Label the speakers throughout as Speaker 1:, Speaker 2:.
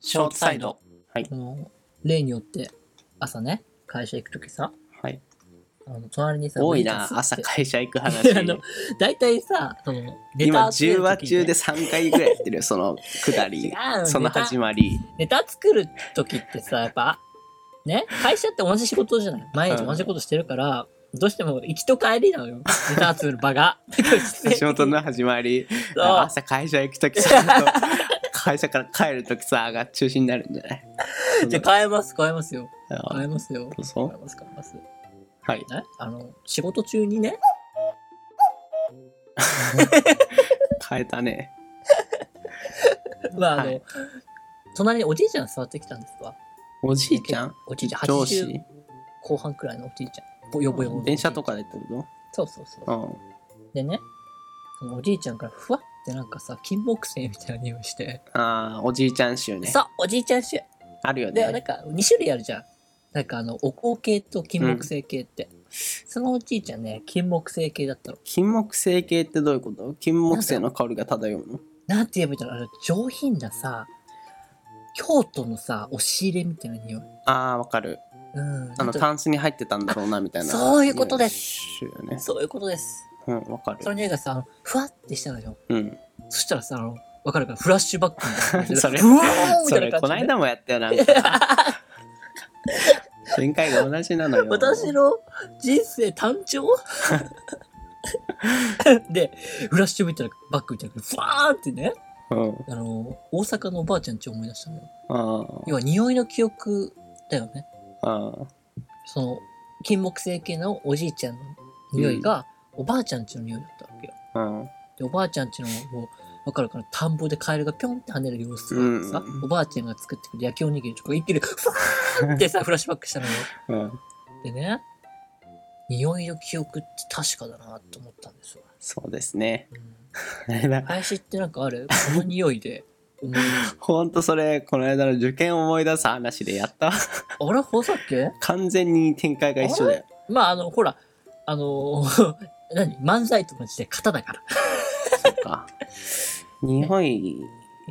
Speaker 1: ショートサイド。
Speaker 2: あの例によって朝ね会社行く時さ
Speaker 1: はい。
Speaker 2: あの隣にさ
Speaker 1: 多い
Speaker 2: ウ
Speaker 1: な
Speaker 2: ェイ、タス
Speaker 1: 朝
Speaker 2: って
Speaker 1: 会社行く
Speaker 2: あ
Speaker 1: 話
Speaker 2: の。大体さそのネ
Speaker 1: 今、
Speaker 2: タ作
Speaker 1: 10
Speaker 2: る時にね
Speaker 1: 話中で3回ぐらいやってるよ、そのくだり
Speaker 2: 違う。
Speaker 1: その始まり。
Speaker 2: ネタ作る時ってさやっぱね会社って同じ仕事じゃない毎日同じことしてるから、どうしても行きと帰りなのよネタ作る場がだから必然的 に
Speaker 1: 仕事の始まり。
Speaker 2: そう
Speaker 1: 朝会社行くときさ、あと会社から帰るときさ、が中心になるんじゃない
Speaker 2: じゃあ変えます変えますよ変
Speaker 1: あ
Speaker 2: えますよ
Speaker 1: どうぞ
Speaker 2: 変えます変えます
Speaker 1: はい。
Speaker 2: ねあの仕事中にね
Speaker 1: 変えたね。
Speaker 2: まああの、
Speaker 1: はい
Speaker 2: 隣におじいちゃん座ってきたんですわ
Speaker 1: おじいちゃん
Speaker 2: おじいちゃん
Speaker 1: 上
Speaker 2: 80
Speaker 1: 司
Speaker 2: 後半くらいのおじいちゃん。ぼよぼよぼよ
Speaker 1: 電車とかでってこ
Speaker 2: そうそうそう。
Speaker 1: と
Speaker 2: でね、そのおじいちゃんからふわってなんかさ、金木犀みたいな匂いして。
Speaker 1: うん。ああ、おじいちゃん臭ね。
Speaker 2: そう、おじいちゃん種。
Speaker 1: あるよ
Speaker 2: で、なん
Speaker 1: ね。
Speaker 2: か2種類あるじゃん。なんかあの、お香系と金木犀系って。そのおじいちゃんね、金木犀系だったの。
Speaker 1: 金木犀系ってどういうこと金木犀の香りが漂うの
Speaker 2: なんて言えばいいんだろう、あの上品なさ、京都のさ、押し入れみたいな匂い。
Speaker 1: ああ、わかる。
Speaker 2: うん。
Speaker 1: あの、
Speaker 2: なん
Speaker 1: タンスに入ってたんだろうな、みたいな。。
Speaker 2: そういうことです
Speaker 1: よね
Speaker 2: と。そういうことです。
Speaker 1: うん、わかる
Speaker 2: そ。の匂いがさ、あのふわってしたのよ。
Speaker 1: うん。
Speaker 2: そしたらさ、あの、わかるからフラッシュバックみたいな感じで。
Speaker 1: それ
Speaker 2: うわーみた
Speaker 1: そ
Speaker 2: いな感じで
Speaker 1: れ、こないだもやったよ、なんか。前回が同じなのよ。
Speaker 2: 私の人生単 調で、フラッシュみたいなバックみたいな、ふわーんってね、
Speaker 1: うん。
Speaker 2: あの、大阪のおばあちゃんちを思い出したのよ。
Speaker 1: あ
Speaker 2: 要は匂いの記憶だよね。
Speaker 1: あ。ああ。
Speaker 2: その、金木犀系のおじいちゃんの匂いが、おばあちゃんちの匂いだったわけよ。
Speaker 1: うん。
Speaker 2: で、おばあちゃんちのもう、わかるから田んぼでカエルがぴょんって跳ねる様子とかさ、
Speaker 1: うん
Speaker 2: おばあちゃんが作ってくる焼きおにぎりとか一気にふわーんって さ、フラッシュバックしたのよ。
Speaker 1: うん。
Speaker 2: でね、匂いの記憶って確かだなと思ったんですよ。
Speaker 1: そうですね。
Speaker 2: うん
Speaker 1: あれだ。
Speaker 2: 林ってなんかあるこの匂いで思い出す
Speaker 1: ほんとそれ、この間の受験思い出す話でやった。
Speaker 2: あれほさっけ
Speaker 1: 完全に展開が一緒だよ。
Speaker 2: まああのほらあの ー何漫才と同じで型だから
Speaker 1: そっか。匂い、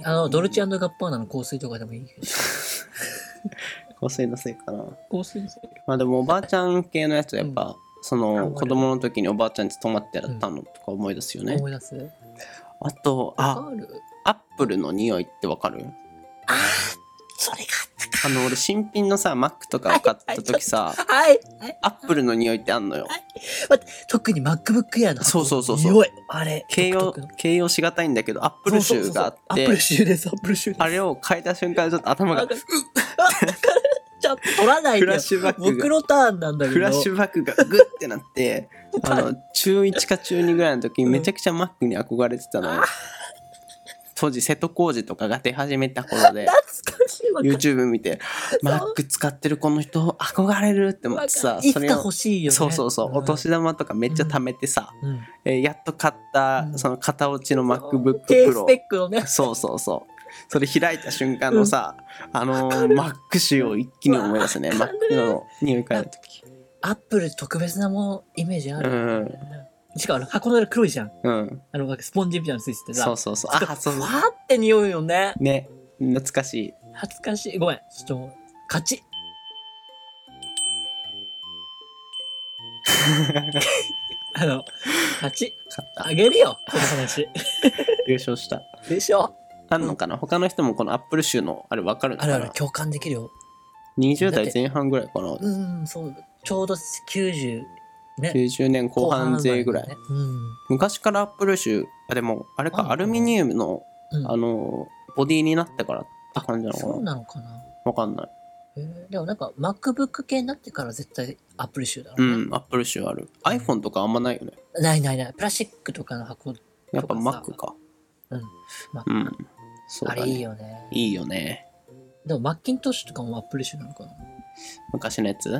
Speaker 2: あのドルチアンドガッパーナの香水とかでもいいけど
Speaker 1: 香水のせいかな。
Speaker 2: 香水ですよ
Speaker 1: まあでもおばあちゃん系のやつはやっぱ、その子供の時におばあちゃんち泊まってやったのとか思い出すよね。
Speaker 2: 思い出す
Speaker 1: あと、
Speaker 2: あ
Speaker 1: あ、
Speaker 2: る
Speaker 1: アップルの匂いってわかる
Speaker 2: それ
Speaker 1: あの、俺新品のさ、マックとかを買った時さ、
Speaker 2: がはい、はい、
Speaker 1: アップルの匂いってあんのよ。
Speaker 2: 特に MacBook Air の
Speaker 1: そうそうそうそう
Speaker 2: 匂いあれ
Speaker 1: 形容
Speaker 2: 独特の、
Speaker 1: 形容しがたいんだけど、アップル
Speaker 2: そう
Speaker 1: 臭
Speaker 2: そうそう
Speaker 1: があっ
Speaker 2: アップル
Speaker 1: て、
Speaker 2: 臭ですアップル臭です
Speaker 1: あれを変えた瞬間ちょっと頭
Speaker 2: わ
Speaker 1: が
Speaker 2: かるわかる ちょっと取らない
Speaker 1: フ
Speaker 2: で
Speaker 1: ラ
Speaker 2: よ
Speaker 1: ッシュバック
Speaker 2: 僕
Speaker 1: が、
Speaker 2: のターンなんだけど
Speaker 1: フラッシュバックがグッてな って、あの、中1か中2ぐらいの時にめちゃくちゃマックに憧れてたのよ。当時、瀬戸康史とかが出始めた頃で。
Speaker 2: 懐かし いわ
Speaker 1: YouTube 見て、マック使ってるこの人、憧れるって思ってさ、
Speaker 2: いつ
Speaker 1: それ
Speaker 2: か
Speaker 1: を
Speaker 2: 欲、しいよね。
Speaker 1: そうそうそう、お年玉とかめっちゃ貯めてさ、
Speaker 2: うん。うん
Speaker 1: えーやっと買った
Speaker 2: う、ん
Speaker 1: その型落ちの MacBook
Speaker 2: 低ス
Speaker 1: Pro
Speaker 2: ペ。ックのね。
Speaker 1: そうそうそう。それ開いた瞬間のさ、あのー、Mac 臭を一気に思い出すね。
Speaker 2: わかる
Speaker 1: Mac の匂い嗅いだ時。
Speaker 2: アップル特別なものイメージあ
Speaker 1: う
Speaker 2: る。
Speaker 1: ん。
Speaker 2: しかもあの箱の裏黒いじゃん。
Speaker 1: うん。
Speaker 2: あのスポンジみたいなのついてて
Speaker 1: そ
Speaker 2: さ
Speaker 1: う。そうそう。
Speaker 2: あ
Speaker 1: あ、そう
Speaker 2: ふ。わーって匂うよね。
Speaker 1: ね。懐かしい。
Speaker 2: 恥ずかしい。ごめん。ちょっともう、勝ち。あの、勝ち。
Speaker 1: 勝った。
Speaker 2: あげるよ、この話。
Speaker 1: 優勝した。
Speaker 2: でしょ
Speaker 1: あんのかな他の人もこの Apple 臭の、あれわかるの
Speaker 2: あ
Speaker 1: か
Speaker 2: る
Speaker 1: な
Speaker 2: ある、共感できるよ。
Speaker 1: ?20 代前半ぐらいかな。
Speaker 2: うん、そう。ちょうど90、ね。
Speaker 1: 90年後半勢ぐらい、
Speaker 2: 後半なんだよねうん。
Speaker 1: 昔からアップル州あでもあれ
Speaker 2: あ
Speaker 1: かアルミニウムの
Speaker 2: うん
Speaker 1: あのボディになってからって感じなの
Speaker 2: そう
Speaker 1: かな
Speaker 2: なのかな。
Speaker 1: わかんない
Speaker 2: へーでもなんか MacBook 系になってから絶対アップル集だろ
Speaker 1: う
Speaker 2: うね、
Speaker 1: んアップル州ある iPhone とかあんまないよね
Speaker 2: ないないない。プラスチックとかの箱、
Speaker 1: やっぱ
Speaker 2: とかさ
Speaker 1: Mac か
Speaker 2: うん Mac
Speaker 1: うんそう
Speaker 2: あ
Speaker 1: だ
Speaker 2: れいい
Speaker 1: ね
Speaker 2: よね。
Speaker 1: いいよね
Speaker 2: でもマッキントッシュとかもアップル集なのかな
Speaker 1: 昔のやつ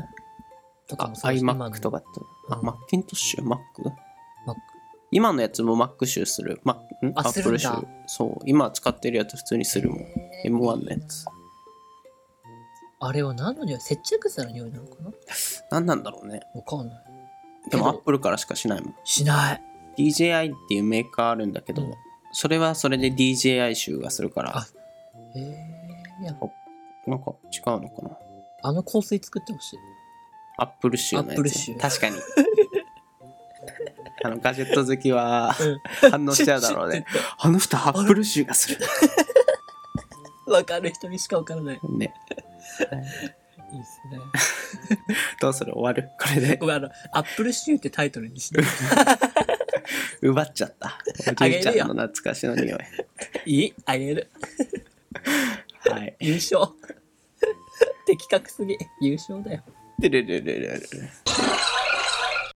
Speaker 2: と
Speaker 1: あ
Speaker 2: かもそうだし今の
Speaker 1: iMac とかってあ
Speaker 2: うん
Speaker 1: マッキントッシュ Mac?
Speaker 2: Mac
Speaker 1: 今のやつも Mac 州する Mac ん
Speaker 2: あ
Speaker 1: アップル州
Speaker 2: するん
Speaker 1: そう今使ってるやつ普通にするもん
Speaker 2: へー
Speaker 1: M1 のやつ
Speaker 2: あれは何の匂い接着剤の匂いなのかな
Speaker 1: 何なんだろうね
Speaker 2: わかんない。
Speaker 1: でも
Speaker 2: け
Speaker 1: アッ
Speaker 2: ど
Speaker 1: プルからしかしないもん
Speaker 2: しない。
Speaker 1: DJI っていうメーカーあるんだけど、
Speaker 2: うん
Speaker 1: それはそれで DJI 集がするから
Speaker 2: あへーいや
Speaker 1: なんか違うのかな
Speaker 2: あの香水作ってほしい。
Speaker 1: アップルシューのやつ
Speaker 2: アップルシュー
Speaker 1: 確 かにあのガジェット好きは反応しちゃうだろうね
Speaker 2: シュッシュッシュッ
Speaker 1: あの人アップルシューがする
Speaker 2: てわかる人にしかわからない。
Speaker 1: ね
Speaker 2: いいですね。
Speaker 1: どうする終わるこれで
Speaker 2: ごめん、あの、アップルシューってタイトルにして。
Speaker 1: 奪っちゃったお
Speaker 2: あ
Speaker 1: じ
Speaker 2: げ
Speaker 1: い
Speaker 2: る
Speaker 1: ち
Speaker 2: よ
Speaker 1: ゃんの懐かしの匂い
Speaker 2: いいあげる。
Speaker 1: はい
Speaker 2: 優 勝。的確すぎ。優勝だよ。
Speaker 1: でるるるるる